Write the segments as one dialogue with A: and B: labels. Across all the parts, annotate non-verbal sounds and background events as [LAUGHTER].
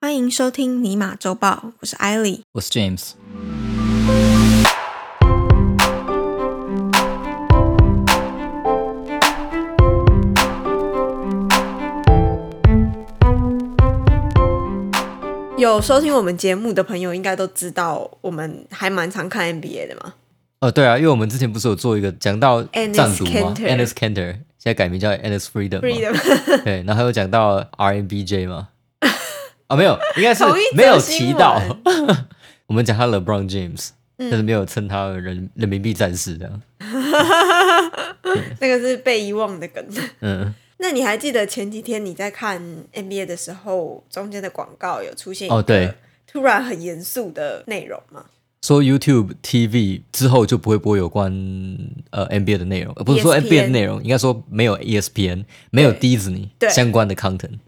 A: 欢迎收听尼玛周报，我是艾莉。
B: 我是 James。
A: 有收听我们节目的朋友应该都知道，我们还蛮常看 NBA 的嘛。
B: 哦，对啊，因为我们之前不是有做一个讲到
A: Enes
B: 藏族吗
A: Kanter
B: ？Anis Cantor 现在改名叫 Anis Freedom 嘛。
A: Freedom，
B: 对，然后还有讲到 RMBJ 吗？啊、没有，应该是
A: 同一则
B: 没有提到
A: 新。
B: [LAUGHS]
A: 嗯
B: 我们讲他 LeBron James，、但是没有称他为人人民币战士这样。
A: [LAUGHS] 那个是被遗忘的梗。
B: 嗯，
A: 那你还记得前几天你在看 NBA 的时候，中间的广告有出现一
B: 哦
A: 个
B: 对，
A: 突然很严肃的内容吗？
B: 说 YouTube TV 之后就不会播有关呃 NBA 的内容，呃不是说
A: ESPN
B: NBA 的内容，应该说没有 E ESPN，没有
A: 对
B: Disney
A: 对
B: 相关的 content，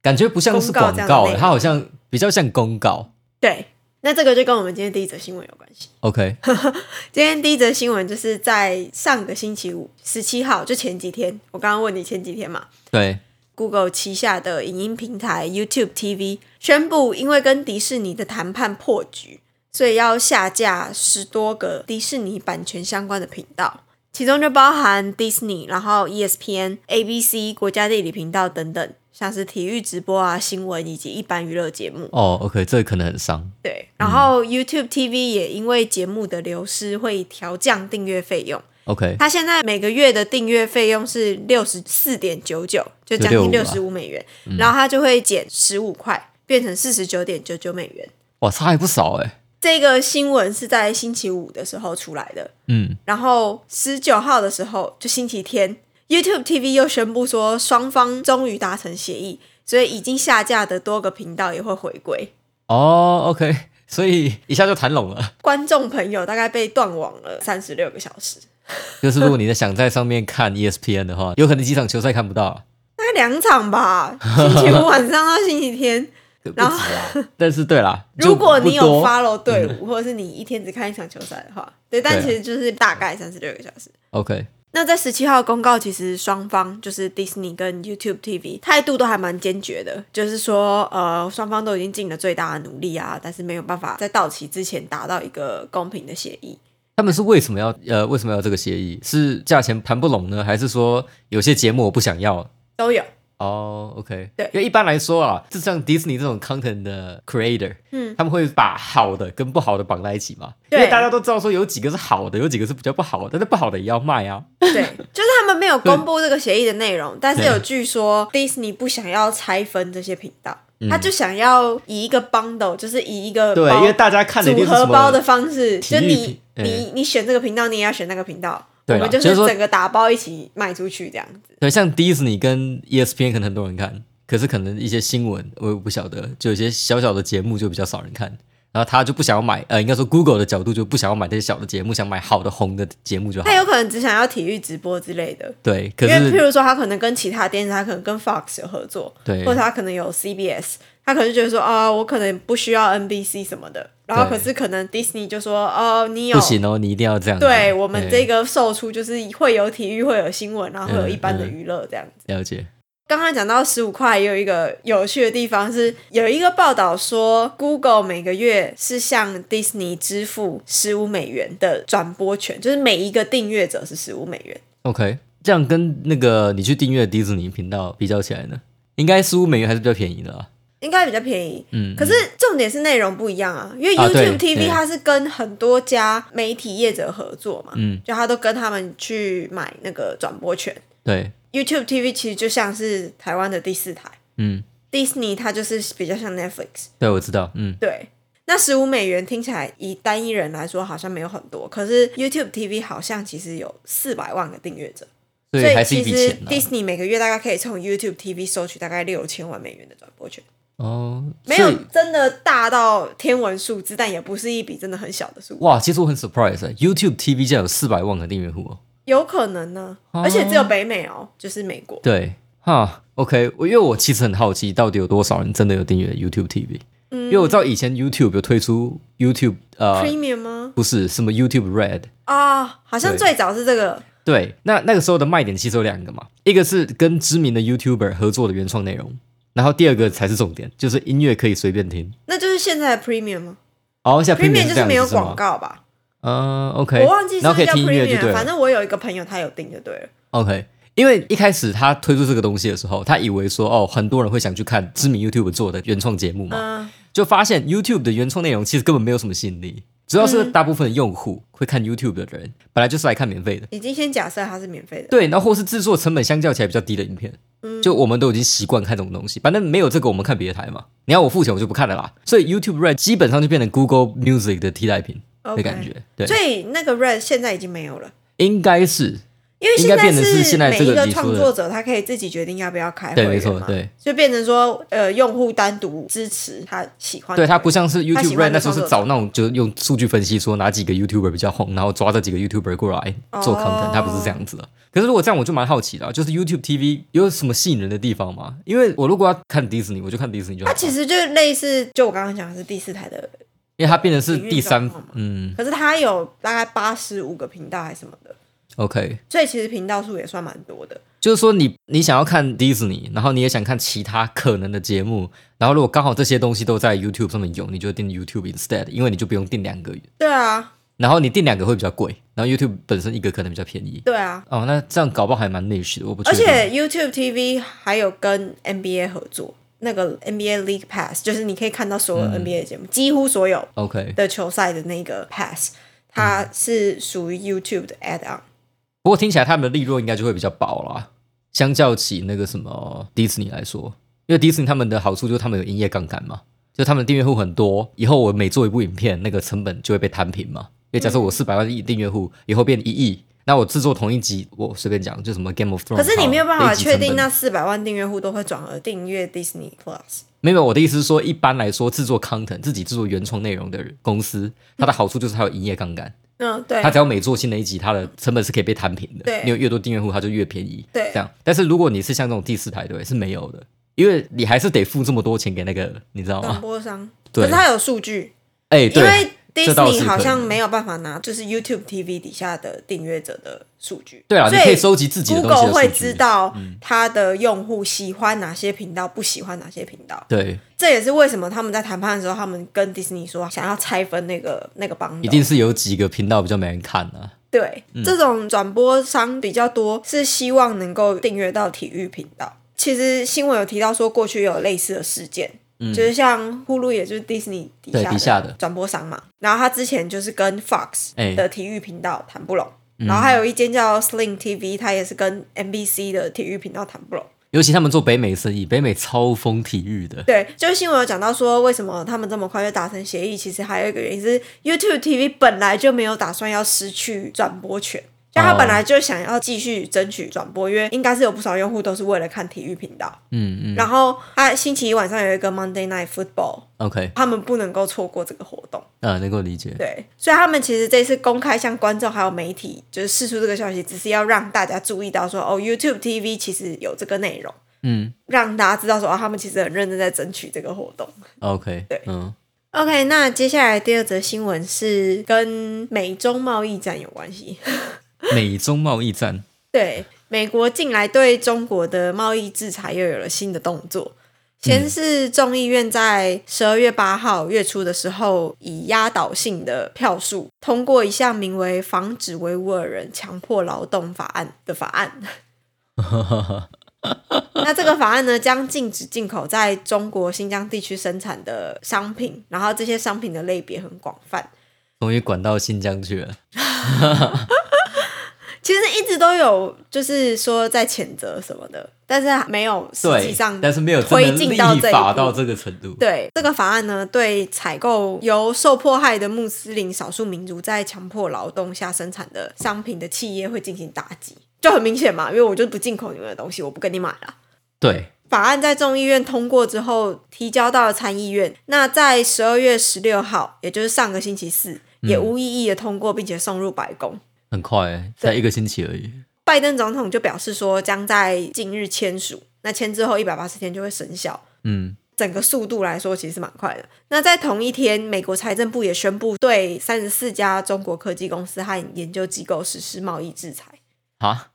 B: 感觉不像是
A: 公告
B: 广
A: 这样的
B: 告、
A: 内
B: 欸，
A: 容
B: 它好像比较像公告。
A: 对，那这个就跟我们今天第一则新闻有关系。
B: OK，
A: 今天第一则新闻就是在上个星期五十七号，就前几天，我刚刚问你前几天嘛，
B: 对，
A: Google 旗下的影音平台 YouTube TV 宣布，因为跟迪士尼的谈判破局，所以要下架十多个迪士尼版权相关的频道，其中就包含 Disney，然后 E ESPN、ABC、国家地理频道等等，像是体育直播啊、新闻以及一般娱乐节目。
B: 哦，OK，这可能很伤。
A: 对，然后 YouTube TV 也因为节目的流失会调降订阅费用。 [LAUGHS]
B: OK，
A: 它现在每个月的订阅费用是六十四点九九，就将近六十五嗯
B: 665
A: 美元，然后它就会减十五块，变成四十九点九九美元。
B: 哇，差还不少哎、
A: 这个新闻是在星期五的时候出来的，
B: 嗯，
A: 然后十九号的时候，就星期天，YouTube TV 又宣布说双方终于达成协议，所以已经下架的多个频道也会回归。
B: 哦，OK，所以一下就谈拢了。
A: 观众朋友大概被断网了三十六个小时，
B: 就是如果你在想在上面看 E ESPN 的话，有可能几场球赛看不到，啊
A: 大概两场吧，星期五晚上到星期天。
B: 不止
A: 然后
B: 啊。 [LAUGHS] 但是对啦，
A: [LAUGHS]
B: 就
A: 如果你有
B: 不多嗯
A: follow 队伍，或者是你一天只看一场球赛的话，对，但
B: 对啊
A: 其实就是大概三十六个小时。
B: OK，
A: 那在十七号公告，其实双方就是 Disney 跟 YouTube TV 态度都还蛮坚决的，就是说，呃，双方都已经尽了最大的努力啊，但是没有办法在到期之前达到一个公平的协议。
B: 他们是为什么要呃为什么要这个协议？是价钱谈不拢呢，还是说有些节目我不想要？
A: 都
B: [LAUGHS]
A: 有，
B: 哦、o k
A: 对
B: 因为一般来说啊，就像迪士尼这种 content 的 creator，
A: 嗯
B: 他们会把好的跟不好的绑在一起嘛，因
A: 对
B: 为大家都知道说有几个是好的，有几个是比较不好的，但是不好的也要卖啊。
A: 对，就是他们没有公布这个协议的内容，但是有据说 Disney 不想要拆分这些频道，他就想要以一个 bundle，就是以一个
B: 嗯对，
A: 包
B: 因为大家看的一定
A: 组
B: 是什
A: 合
B: 么
A: 包的方式，
B: 体
A: 就
B: 育
A: 你
B: 频
A: 你你选这个频道，你也要选那个频道，我
B: 对啦啊
A: 们就
B: 就是是说
A: 整个打包一起卖出去这样子。
B: 对，像迪士尼跟 E ESPN 可能很多人看，可是可能一些新闻我也不晓得，就有些小小的节目就比较少人看。然后他就不想要买，呃，应该说 Google 的角度就不想要买这些小的节目，想买好的红的节目就好
A: 他。有可能只想要体育直播之类的，
B: 对，可
A: 因为譬
B: 是
A: 如说他可能跟其他电视台，他可能跟 Fox 有合作，
B: 对
A: 或者他可能有 CBS，他可能觉得说啊、我可能不需要 NBC 什么的，然后可
B: 对
A: 是可能 Disney 就说哦，你有
B: 不。行哎哦，你一定要这样子。
A: 对我们这
B: 个
A: 个售出就是会有体育，会有新闻，然后会有
B: 嗯
A: 一般的
B: 嗯
A: 娱乐这样子。
B: 了解，
A: 刚刚讲到十五块，也有一个有趣的地方是，有一个报道说，Google 每个月是向 Disney 支付十五美元的转播权，就是每一个订阅者是十五美元。
B: OK，这样跟那个你去订阅迪士尼频道比较起来呢，应该十五美元还是比较便宜的啊。
A: 应该比较便宜，
B: 嗯
A: 可是重点是内容不一样啊，因为
B: 啊对
A: YouTube TV
B: 对
A: 它是跟很多家媒体业者合作嘛，
B: 嗯，
A: 就它都跟他们去买那个转播权。
B: 对，
A: YouTube TV 其实就像是台湾的第四台
B: 嗯，
A: ，Disney 它就是比较像 Netflix，
B: 对，我知道，嗯，
A: 对，那十五美元听起来以单一人来说好像没有很多，可是 YouTube TV 好像其实有四百万个订阅者，
B: 所以
A: 所
B: 还
A: 以
B: 是一
A: 其
B: 笔
A: 实
B: 钱啊呢、
A: Disney 每个月大概可以从 YouTube TV 收取大概六千万美元的转播权，
B: 哦，
A: 没有
B: 所以
A: 真的大到天文数字，但也不是一笔真的很小的数，
B: 哇，其实我很 surprise，、YouTube 啊 TV 竟然有四百万个订阅户哦。
A: 有可能呢、
B: 哦
A: 而且只有北美哦，就是美国。
B: 对，哈，OK，我因为我其实很好奇，到底有多少人真的有订阅 YouTube TV？、
A: 嗯
B: 因为我知道以前 YouTube 有推出 YouTube 呃，
A: Premium 吗？
B: 不是什么 YouTube Red，
A: 啊、好像
B: 对
A: 最早是这个，
B: 对，那那个时候的卖点其实有两个嘛，一个是跟知名的 YouTuber 合作的原创内容，然后第二个才是重点，就是音乐可以随便听。
A: 那就是现在的 Premium 吗
B: 哦，现在
A: ？Premium
B: 是
A: 就
B: 这
A: 是
B: 样子
A: 没有
B: 是吗
A: 广。告吧？
B: 嗯，OK，
A: 我忘记是
B: 然
A: 不
B: 后可
A: 是
B: 以
A: 叫
B: 听音乐就
A: Premium，
B: 对
A: 反
B: 了。
A: 正我有一个朋友他有订就对了。
B: OK，因为一开始他推出这个东西的时候，他以为说哦，很多人会想去看知名 YouTube 做的原创节目嘛，
A: 嗯，
B: 就发现 YouTube 的原创内容其实根本没有什么吸引力。主要是
A: 嗯
B: 大部分的用户会看 YouTube 的人，本来就是来看免费的，
A: 已经先假设它是免费的。
B: 对，然后或是制作成本相较起来比较低的影片，
A: 嗯
B: 就我们都已经习惯看这种东西，反正没有这个我们看别的台嘛。你要我付钱我就不看了啦，所以 YouTube Red 基本上就变成 Google Music 的替代品的
A: OK
B: 感觉，对，
A: 所以那个 Red 现在已经没有了，
B: 应该是
A: 因为
B: 应该
A: 在
B: 变成是现在
A: 每
B: 这
A: 一
B: 个
A: 个
B: 你说
A: 创
B: 的
A: 作者他可以自己决定要不要开会
B: 对，没
A: 员
B: 错，
A: 嘛，
B: 对。
A: 就变成说呃用户单独支持他喜欢的
B: 对，
A: 人，
B: 它不像是
A: 他哦喜
B: YouTube
A: 欢的
B: Red 那时候是
A: 创作
B: 找那种，就是用数据分析说哪几个 YouTuber 比较红，然后抓这几个 YouTuber 过来做
A: 哦
B: content，、它不是这样子的。可是如果这样，我就蛮好奇的啊、就是 YouTube TV 有什么吸引人的地方吗？因为我如果要看迪士尼，我就看迪士尼就
A: 它
B: 好了，
A: 其实就类似就我刚刚讲的是第四台的，
B: 因为它变成是
A: 营运
B: 第三
A: 状况嘛，
B: 嗯
A: 可是它有大概八十五个频道还是什么的，
B: ，OK，
A: 所以其实频道数也算蛮多的。
B: 就是说你你想要看迪士尼，然后你也想看其他可能的节目，然后如果刚好这些东西都在 YouTube 上面有，你就订 YouTube instead，因为你就不用订两个，
A: 对啊，
B: 然后你订两个会比较贵，然后 YouTube 本身一个可能比较便宜。
A: 对啊，
B: 哦，那这样搞不好还蛮内需的，我不确
A: 而
B: 定。
A: 且 YouTube TV 还有跟 NBA 合作，那个 NBA League Pass 就是你可以看到所有
B: 嗯
A: NBA 的节目，几乎所有
B: OK，
A: 的球赛的那个 Pass，它是属于 YouTube 的 Add On。
B: 不过听起来他们的利润应该就会比较薄啦，相较起那个什么迪士尼来说，因为迪士尼他们的好处就是他们有营业杠杆嘛，就他们的订阅户很多，以后我每做一部影片，那个成本就会被摊平嘛。因为假设
A: 嗯
B: 我四百万亿订阅户，以后变一亿，那我制作同一集，我随便讲，就什么 Game of Thrones，
A: 可是你没有办
B: 嗯好
A: 法
B: 了一集
A: 确
B: 成本
A: 定那四百万订阅户都会转而订阅 Disney Plus。
B: 没有，我的意思是说，一般来说，制作 content 自己制作原创内容的公司，它的好处就是它有营业杠杆。
A: 嗯，对
B: 他，只要每做新的一集，它的成本是可以被摊平的。
A: 对
B: 你有越多订阅户，它就越便宜。
A: 对
B: 这样。但是如果你是像这种第四台，对，是没有的，因为你还是得付这么多钱给那个，你知道
A: 转
B: 吗？
A: 播商。
B: 啊对
A: 可是它有数据，
B: 哎，
A: 嗯因
B: 对，
A: 为
B: 这倒是
A: Disney 好
B: 可
A: 像
B: 能
A: 没有办法拿就是 YouTube TV 底下的订阅者的数据。
B: 对啊，
A: 所
B: 你
A: 以
B: 可以收集自己的东西
A: Google
B: 的
A: 会
B: 数
A: 知
B: 据。嗯
A: 道它的用户喜欢哪些频道，不喜欢哪些频道。
B: 对，
A: 这也是为什么他们在谈判的时候，他们跟迪士尼说想要拆分那个那个帮
B: 一定是有几个频道比较没人看啊。
A: 对，这种转播商比较多，是希望能够订阅到体育频道。其实新闻有提到说，过去有类似的事件，就是像呼噜，也就是 Disney 底
B: 嗯对
A: 下
B: 底下的
A: 转播商嘛。然后他之前就是跟 Fox
B: 哎嗯
A: 的体育频道谈不拢，然后还有一间叫 Sling TV，它也是跟 NBC 的体育频道谈不拢。
B: 尤其他们做北美生意，北美超疯体育的。
A: 对，就是新闻有讲到说，为什么他们这么快就达成协议？其实还有一个原因是，YouTube TV 本来就没有打算要失去转播权，就他
B: 哦
A: 本来就想要继续争取转播，因为应该是有不少用户都是为了看体育频道。
B: 嗯嗯
A: 然后他星期一晚上有一个 Monday Night Football，
B: ，OK，
A: 他们不能够错过这个活动。
B: 呃，能够理解。
A: 对，所以他们其实这次公开向观众还有媒体就是释出这个消息，只是要让大家注意到说，哦，YouTube TV 其实有这个内容，
B: 嗯
A: 让大家知道说，哦，他们其实很认真在争取这个活动。
B: ，OK，
A: 对
B: 嗯，
A: OK，那接下来第二则新闻是跟美中贸易战有关系。
B: 美中贸易战，
A: 对，美国近来对中国的贸易制裁又有了新的动作。先是众议院在十二月八号月初的时候，以压倒性的票数通过一项名为《防止维吾尔人强迫劳动法案》的法案。那这个法案呢，将禁止进口在中国新疆地区生产的商品，然后这些商品的类别很广泛。
B: 终于管到新疆去了。
A: 其实一直都有，就是说在谴责什么的，但是没有实际
B: 对
A: 上，
B: 但是没有真
A: 推
B: 的
A: 进
B: 立
A: 到这一
B: 法
A: 步
B: 到这个程度。
A: 对这个法案呢，对采购由受迫害的穆斯林少数民族在强迫劳动下生产的商品的企业会进行打击，就很明显嘛，因为我就不进口你们的东西，我不跟你买了。
B: 对，
A: 法案在众议院通过之后，提交到了参议院。那在十二月十六号，也就是上个星期四，也无异议的通过，并且送入白宫。
B: 很快欸，才一个星期而已。
A: 拜登总统就表示说，将在近日签署。那签之后一百八十天就会生效。
B: 嗯，
A: 整个速度来说，其实蛮快的。那在同一天，美国财政部也宣布对三十四家中国科技公司和研究机构实施贸易制裁。
B: 啊，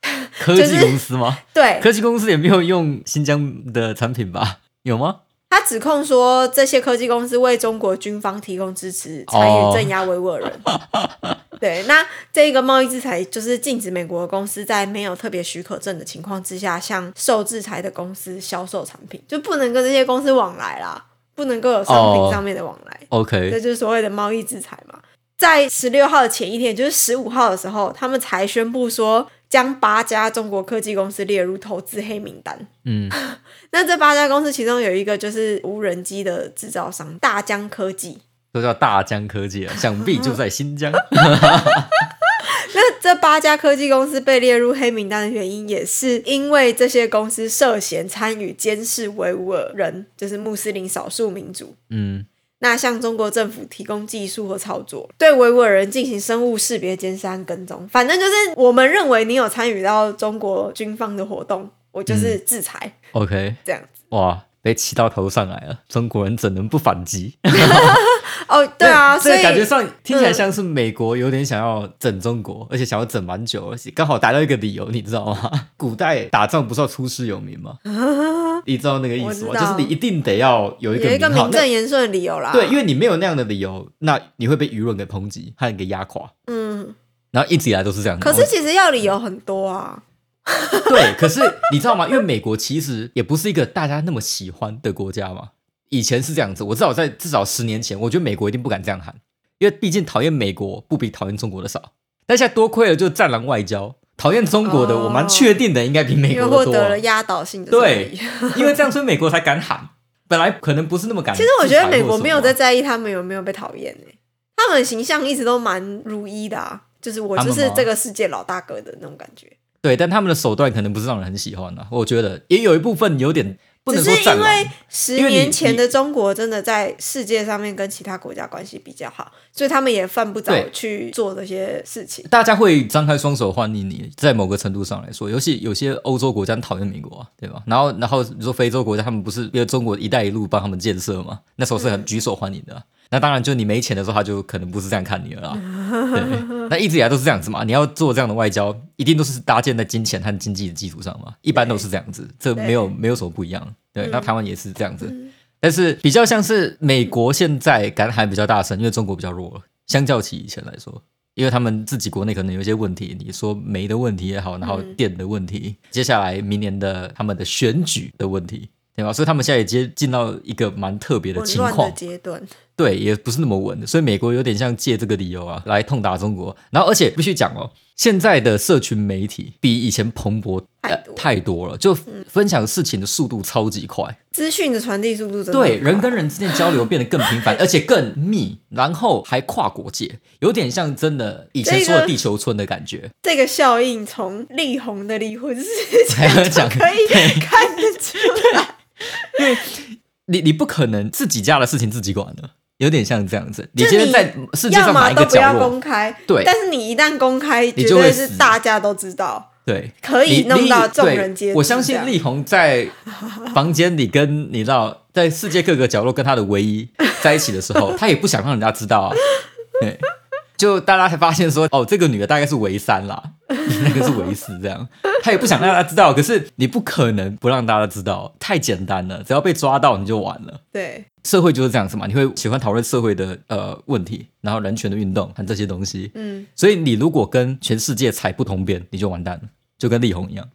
A: [LAUGHS]
B: 科
A: 就
B: 技
A: 是
B: 公司吗？
A: [LAUGHS] 对，
B: 科技公司也没有用新疆的产品吧？有吗？
A: 他指控说，这些科技公司为中国军方提供支持，参与镇压维吾尔人。 [LAUGHS] 对，那这个贸易制裁就是禁止美国公司在没有特别许可证的情况之下，向受制裁的公司销售产品，就不能跟这些公司往来啦，不能够有商品
B: 哦
A: 上面的往来。这
B: OK，
A: 就是所谓的贸易制裁嘛。在十六号的前一天，也就是十五号的时候，他们才宣布说将八家中国科技公司列入投资黑名单。
B: 嗯，
A: [LAUGHS] 那这八家公司其中有一个就是无人机的制造商大疆科技。
B: 都叫大疆科技了，想必就在新
A: [LAUGHS]
B: 疆。
A: 那这八家科技公司被列入黑名单的原因，也是因为这些公司涉嫌参与监视维吾尔人，就是穆斯林少数民族。
B: 嗯，
A: 那向中国政府提供技术和操作，对维吾尔人进行生物识别、监视和跟踪。反正就是我们认为你有参与到中国军方的活动，我就是
B: 嗯
A: 制裁、
B: OK，
A: 这样子。
B: 哇，被骑到头上来了，中国人怎能不反击？
A: 哦，对
B: [LAUGHS]
A: 啊，
B: 这
A: 所
B: 个
A: 以
B: 感觉上听起来像是美国有点想要整中国，而且想要整蛮久，而且刚好达到一个理由，你知道吗？ [LAUGHS] 古代打仗不是要出师有名
A: [LAUGHS]
B: 吗？你知道那个意思吗？
A: 我知道
B: 就是你一定得要有一个
A: 有一个
B: 名号
A: 名正言顺的理由啦。
B: 那对，因为你没有那样的理由，那你会被舆论给抨击和给压垮。
A: 嗯，
B: 然后一直以来都是这样。
A: 可是其实要理由很多
B: [LAUGHS]
A: 啊。
B: 对，可是你知道吗？因为美国其实也不是一个大家那么喜欢的国家嘛。以前是这样子，我至少在至少十年前，我觉得美国一定不敢这样喊，因为毕竟讨厌美国不比讨厌中国的少。但现在多亏了就是战狼外交，讨厌中国的，
A: 哦
B: 我蛮确定的应该比美
A: 因为
B: 国
A: 获
B: 的多啊
A: 得了，压倒性的胜
B: 对
A: 利。
B: 因为这样所以美国才敢喊。本来可能不是那么敢
A: 其
B: 制
A: 实
B: 裁或
A: 我
B: 者
A: 觉
B: 什么啊。
A: 得美国没有在在意他们有没有被讨厌呢，他们的形象一直都蛮如一的啊，就是我就
B: 他们
A: 是
B: 吗
A: 这个世界老大哥的那种感觉。
B: 对，但他们的手段可能不是让人很喜欢的、我觉得也有一部分有点不
A: 只
B: 能
A: 是
B: 说战
A: 因
B: 狼，啊
A: 为十
B: 因为你
A: 年前的中国真的在世界上面跟其他国家关系比较好，所以他们也犯不着
B: 对
A: 去做这些事情。
B: 大家会张开双手欢迎你，在某个程度上来说，尤其有些欧洲国家很讨厌美国啊，对吧？然后，然后你说非洲国家，他们不是因为中国“一带一路”帮他们建设嘛？那时候是很举手欢迎的啊、那当然，就你没钱的时候，他就可能不是这样看你了啦。对，那一直以来都是这样子嘛。你要做这样的外交，一定都是搭建在金钱和经济的基础上嘛，一般都是这样子，这没有没有什么不一样。对，那台湾也是这样子。但是比较像是美国现在敢喊比较大声，因为中国比较弱了，相较起以前来说，因为他们自己国内可能有一些问题，你说煤的问题也好，然后
A: 嗯
B: 电的问题，接下来明年的他们的选举的问题，对吧？所以他们现在也接进到一个蛮特别的
A: 混
B: 情
A: 乱的
B: 况，
A: 阶段，
B: 对，也不是那么稳，所以美国有点像借这个理由啊来痛打中国。然后而且必须讲哦，现在的社群媒体比以前蓬勃呃
A: 太多嗯
B: 太多了，就分享事情的速度超级快。
A: 资讯的传递速度真的
B: 对，
A: 很快
B: 人跟人之间交流变得更频繁，而且更密，然后还跨国界，有点像真的以前说
A: 这
B: 的
A: 个
B: 地球村的感觉。
A: 这个效应从力宏的离婚事
B: [LAUGHS]
A: 件就
B: 讲
A: 可以看得出来。
B: [LAUGHS] 你你不可能自己家的事情自己管的，有点像这样子。你
A: 就
B: 今天
A: 你
B: 在世界
A: 要
B: 上哪
A: 么
B: 一
A: 都
B: 个
A: 不
B: 角
A: 要
B: 落
A: 公，开，
B: 对
A: 但是你一旦公开，绝
B: 你就会
A: 对是
B: 死
A: 大家都知道，
B: 对，
A: 可以
B: 你
A: 弄
B: 你
A: 到
B: 对
A: 众人皆知。
B: 我相信
A: 这样
B: 力宏在房间里跟你知道，在世界各个角落跟他的唯一在一起的时候，他也不想让人家知道啊。对，就大家才发现说，哦，这个女的大概是唯三啦，那个是唯四这样。他也不想让大家知道，可是你不可能不让大家知道，太简单了，只要被抓到你就完了。
A: 对，
B: 社会就是这样子嘛，你会喜欢讨论社会的呃问题，然后人权的运动和这些东西。
A: 嗯，
B: 所以你如果跟全世界踩不同边，你就完蛋了，就跟力宏一样。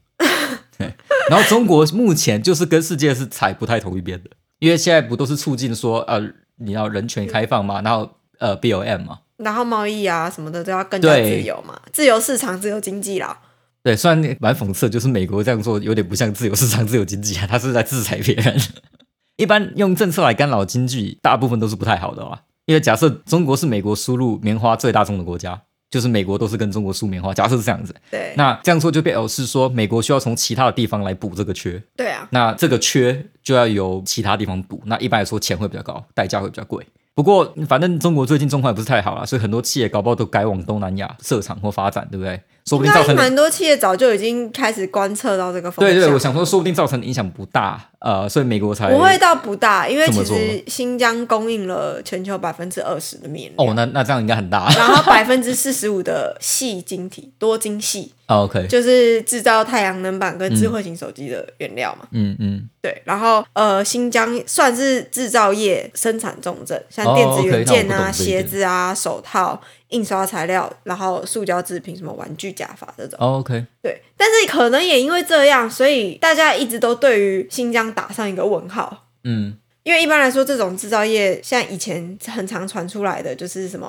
B: 对，然后中国目前就是跟世界是踩不太同一边的，因为现在不都是促进说呃你要人权开放嘛，然后呃 B O M 嘛，
A: 然后贸易啊什么的都要更加自
B: 对
A: 由嘛，自由市场、自由经济啦。
B: 对，虽然蛮讽刺，就是美国这样做有点不像自由市场、自由经济啊，它是在制裁别人。 [LAUGHS] 一般用政策来干扰经济，大部分都是不太好的啊。因为假设中国是美国输入棉花最大宗的国家，就是美国都是跟中国输棉花，假设是这样子，
A: 对，
B: 那这样做就表示说，美国需要从其他的地方来补这个缺，
A: 对啊，
B: 那这个缺就要由其他地方补。那一般来说，钱会比较高，代价会比较贵。不过，反正中国最近状况也不是太好了，所以很多企业搞不好都改往东南亚设厂或发展，对不对？说不
A: 应
B: 定造
A: 该
B: 成
A: 蛮多企业早就已经开始观测到这个风
B: 对
A: 险。
B: 对，我想说，说不定造成的影响不大，呃，所以美国才
A: 不会到不大，因为
B: 这么
A: 其
B: 做
A: 实新疆供应了全球百分之二十的面料，
B: 哦，那那这样应该很大。 [LAUGHS]
A: 然后百分之四十五的细晶体多晶系，
B: 啊 OK，
A: 就是制造太阳能板跟智慧型手机的原料嘛。
B: 嗯嗯，
A: 对，然后呃，新疆算是制造业生产重镇，像
B: 哦
A: 电子元件
B: OK，那我
A: 啊、
B: 不懂这一
A: 鞋
B: 点
A: 子啊、手套、印刷材料，然后塑胶制品、什么玩具、假发这种。
B: 哦 OK，
A: 对，但是可能也因为这样，所以大家一直都对于新疆打上一个问号。
B: 嗯，
A: 因为一般来说，这种制造业像以前很常传出来的，就是什么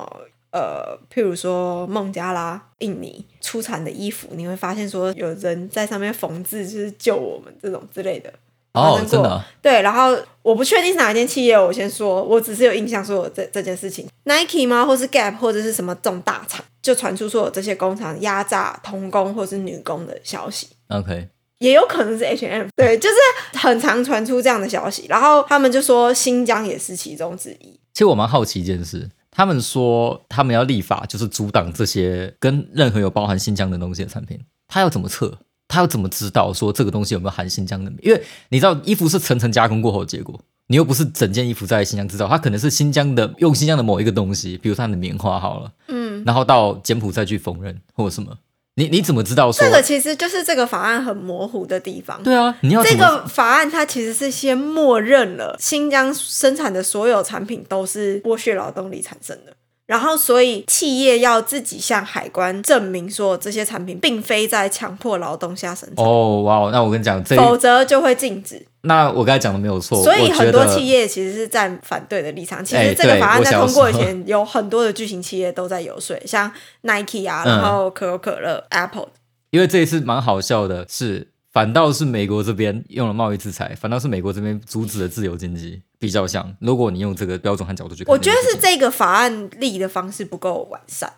A: 呃，譬如说孟加拉、印尼出产的衣服，你会发现说有人在上面缝制，就是救我们这种之类的。
B: 哦
A: 发，生
B: 真
A: 过
B: 的啊，
A: 对，然后我不确定是哪一间企业，我先说，我只是有印象说有这这件事情，Nike 吗，或是 Gap，或者是什么这种大厂，就传出说有这些工厂压榨童工或是女工的消息。
B: OK，
A: 也有可能是 H&M，对， [LAUGHS] 就是很常传出这样的消息，然后他们就说新疆也是其中之一。
B: 其实我蛮好奇一件事，他们说他们要立法，就是阻挡这些跟任何有包含新疆的东西的产品，他要怎么测？他要怎么知道说这个东西有没有含新疆的？因为你知道，衣服是层层加工过后的结果，你又不是整件衣服在新疆制造，它可能是新疆的用新疆的某一个东西，比如说它的棉花好了，
A: 嗯，
B: 然后到柬埔寨去缝纫或者什么，你你怎么知道说
A: 这？个其实就是这个法案很模糊的地方。
B: 对啊，你要
A: 这
B: 怎么
A: 个法案它其实是先默认了新疆生产的所有产品都是剥削劳动力产生的，然后所以企业要自己向海关证明说这些产品并非在强迫劳动下生产，
B: 哦，哇哦，那我跟你讲，这
A: 否则就会禁止。
B: 那我刚才讲的没有错，
A: 所以
B: 我觉
A: 很多
B: 得
A: 企业其实是站反对的立场。其
B: 哎
A: 实这个
B: 对
A: 法案
B: 我
A: 在
B: 想要
A: 通过以
B: 说
A: 前，有很多的巨型企业都在游说，像 Nike 啊，
B: 嗯
A: 然后可口可乐、Apple。
B: 因为这一次蛮好笑的是，反倒是美国这边用了贸易制裁，反倒是美国这边阻止了自由经济，比较像。如果你用这个标准和角度去看，
A: 我觉得是这个法案立的方式不够完善。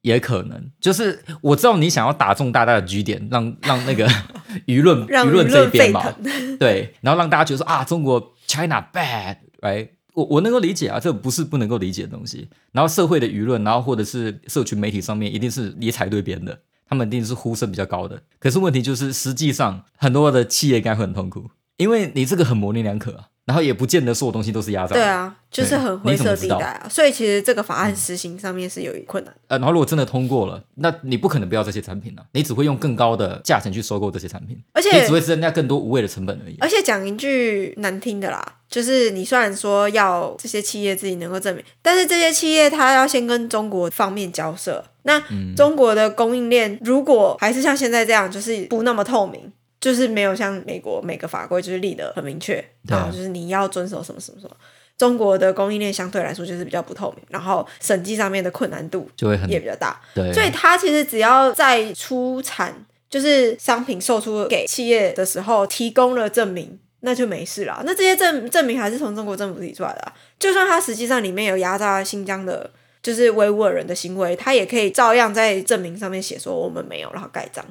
B: 也可能，就是我知道你想要打中大家的据点，让让那个 [LAUGHS] 舆论
A: 让
B: 舆论这一边
A: 沸
B: 嘛
A: [LAUGHS] 腾，，
B: 对，然后让大家觉得说啊，中国 China bad，right？我我能够理解啊，这不是不能够理解的东西。然后社会的舆论，然后或者是社群媒体上面，一定是也踩对边的，他们一定是呼声比较高的。可是问题就是，实际上很多的企业应该会很痛苦，因为你这个很模棱两可啊，然后也不见得所有东西都是压榨。
A: 对，啊，就是很灰色地
B: 你怎么
A: 带
B: 知嗯
A: 啊。所以其实这个法案实行上面是有一困难。
B: 呃，然后如果真的通过了，那你不可能不要这些产品了、啊，你只会用更高的价钱去收购这些产品，
A: 而且
B: 你只会增加更多无谓的成本而已。啊
A: 而且讲一句难听的啦，就是你虽然说要这些企业自己能够证明，但是这些企业它要先跟中国方面交涉。那
B: 嗯
A: 中国的供应链如果还是像现在这样，就是不那么透明，就是没有像美国每个法规就是立得很明确，
B: 对啊
A: 然后就是你要遵守什么什么什么。中国的供应链相对来说就是比较不透明，然后审计上面的困难度
B: 就会很
A: 也比较大。
B: 对，
A: 所以它其实只要在出产，就是商品售出给企业的时候提供了证明，那就没事啦。那这些证证明还是从中国政府提出来的啊、就算它实际上里面有压榨新疆的，就是维吾尔人的行为，它也可以照样在证明上面写说我们没有，然后盖章。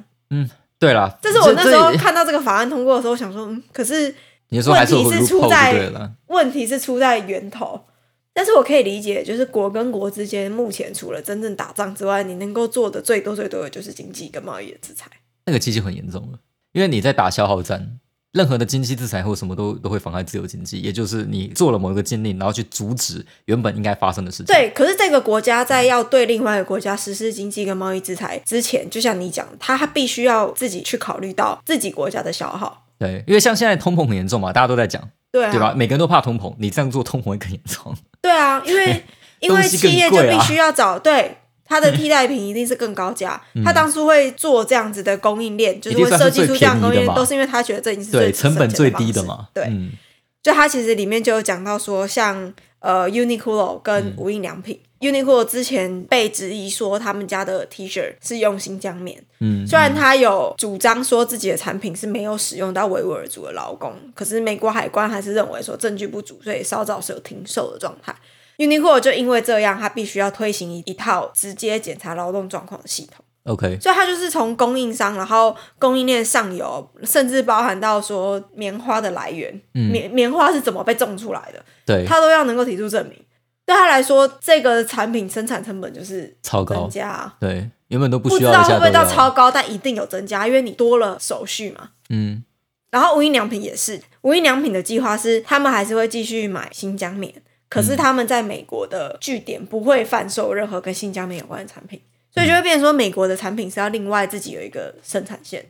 B: 对啦，
A: 这是我那
B: 这
A: 时候
B: 这
A: 看到这个法案通过的时候，我想说，嗯，可是
B: 你说还是有
A: 问题是
B: loophole
A: 出
B: 就
A: 在
B: 对了。
A: 问题是出在源头。但是我可以理解，就是国跟国之间目前除了真正打仗之外，你能够做的最多最多的就是经济跟贸易的制裁。
B: 那个其实很严重了，因为你在打消耗战，任何的经济制裁或什么都都会妨碍自由经济，也就是你做了某一个禁令，然后去阻止原本应该发生的事情。，
A: 对，可是这个国家在要对另外一个国家实施经济跟贸易制裁之前，就像你讲的，他他必须要自己去考虑到自己国家的消耗，
B: 对，因为像现在通膨很严重嘛，大家都在讲，
A: 对啊，
B: 对吧？每个人都怕通膨，你这样做通膨会更严重。
A: 对啊，因为 [LAUGHS] 因为
B: 东西更
A: 企业就
B: 贵
A: 必
B: 啊嗯
A: 须要找对。它的替代品一定是更高价。他当初会做这样子的供应链，就是
B: 一定
A: 会
B: 算
A: 设
B: 是
A: 计
B: 最
A: 出这样
B: 便宜
A: 供应
B: 的
A: 链，
B: 嘛
A: 都是因为他觉得这已经是
B: 对，
A: 最
B: 成本最低
A: 方
B: 的
A: 式
B: 嘛。
A: 啊对，
B: 嗯，
A: 就它其实里面就有讲到说，像呃 Uniqlo
B: 嗯
A: 跟无印良品、Uniqlo 之前被质疑说他们家的 T 恤是用新疆棉，
B: 嗯
A: 虽然它有主张说自己的产品是没有使用到维吾尔族的劳工，可是美国海关还是认为说证据不足，所以稍早是有停售的状态。Uniqlo 就因为这样，它必须要推行一一套直接检查劳动状况的系统。
B: OK，
A: 所以它就是从供应商，然后供应链上游，甚至包含到说棉花的来源，棉棉花是怎么被种出来的，
B: 嗯对，
A: 它都要能够提出证明。对他来说，这个产品生产成本就是
B: 超
A: 增
B: 高，
A: 加啊，
B: 对，原本都不
A: 不
B: 需
A: 知
B: 要
A: 道
B: 一
A: 会
B: 下
A: 不
B: 都
A: 会到超
B: 要。
A: 高，但一定有增加，因为你多了手续嘛。
B: 嗯，
A: 然后无印良品也是，无印良品的计划是他们还是会继续买新疆棉，可
B: 嗯
A: 是他们在美国的据点不会贩售任何跟新疆棉有关的产品，所以就会变成说美国的产品是要另外自己有一个生产线。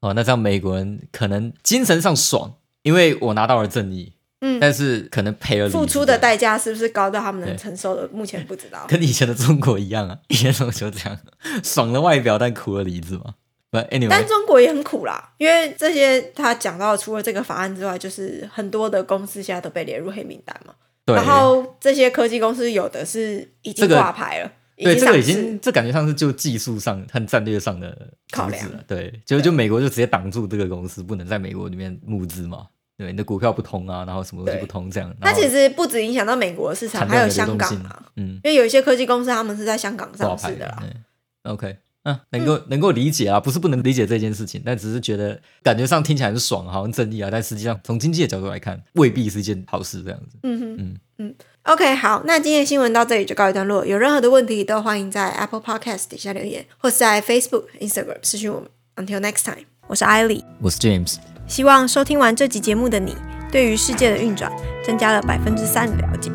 B: 哦，那这样美国人可能精神上爽，因为我拿到了正义，
A: 嗯
B: 但是可能赔了理
A: 付出
B: 这
A: 的
B: 样
A: 代价是不是高到他们能
B: 对
A: 承受的？目前不知道。
B: 跟以前的中国一样啊，以前中国就这样，爽了外表但苦了里子嘛。不
A: [LAUGHS] 但
B: ，anyway，
A: 中国也很苦啦，因为这些他讲到，除了这个法案之外，就是很多的公司现在都被列入黑名单嘛。
B: 对，
A: 然后这些科技公司有的是已经
B: 这个
A: 挂牌了，
B: 对这
A: 上
B: 个已
A: 市
B: 经这感觉上是就技术上和战略上的
A: 考
B: 阻
A: 量
B: 止了。对，就就美国就直接挡住这个公司不能在美国里面募资嘛，对，你的股票不通啊，然后什么东西
A: 对
B: 不通这样。
A: 它
B: 然后
A: 其实不止影响到美国的市场，
B: 产
A: 还
B: 量
A: 有
B: 的流
A: 香
B: 动
A: 港
B: 性
A: 啊，，
B: 嗯，
A: 因为有一些科技公司他们是在香港
B: 挂
A: 上
B: 牌
A: 市的啦。
B: 嗯 OK，嗯、能够能够理解啊，不是不能理解这件事情，但只是觉得感觉上听起来很爽，好像正义啊，但实际上从经济的角度来看，未必是一件好事这样子。
A: 嗯哼，嗯
B: 嗯
A: 嗯，OK，好，那今天的新闻到这里就告一段落。有任何的问题都欢迎在 Apple Podcast 底下留言，或是在 Facebook、Instagram 私讯我们。Until next time，我是艾莉。
B: 我是 James，
A: 希望收听完这集节目的你，对于世界的运转增加了百分之三的了解。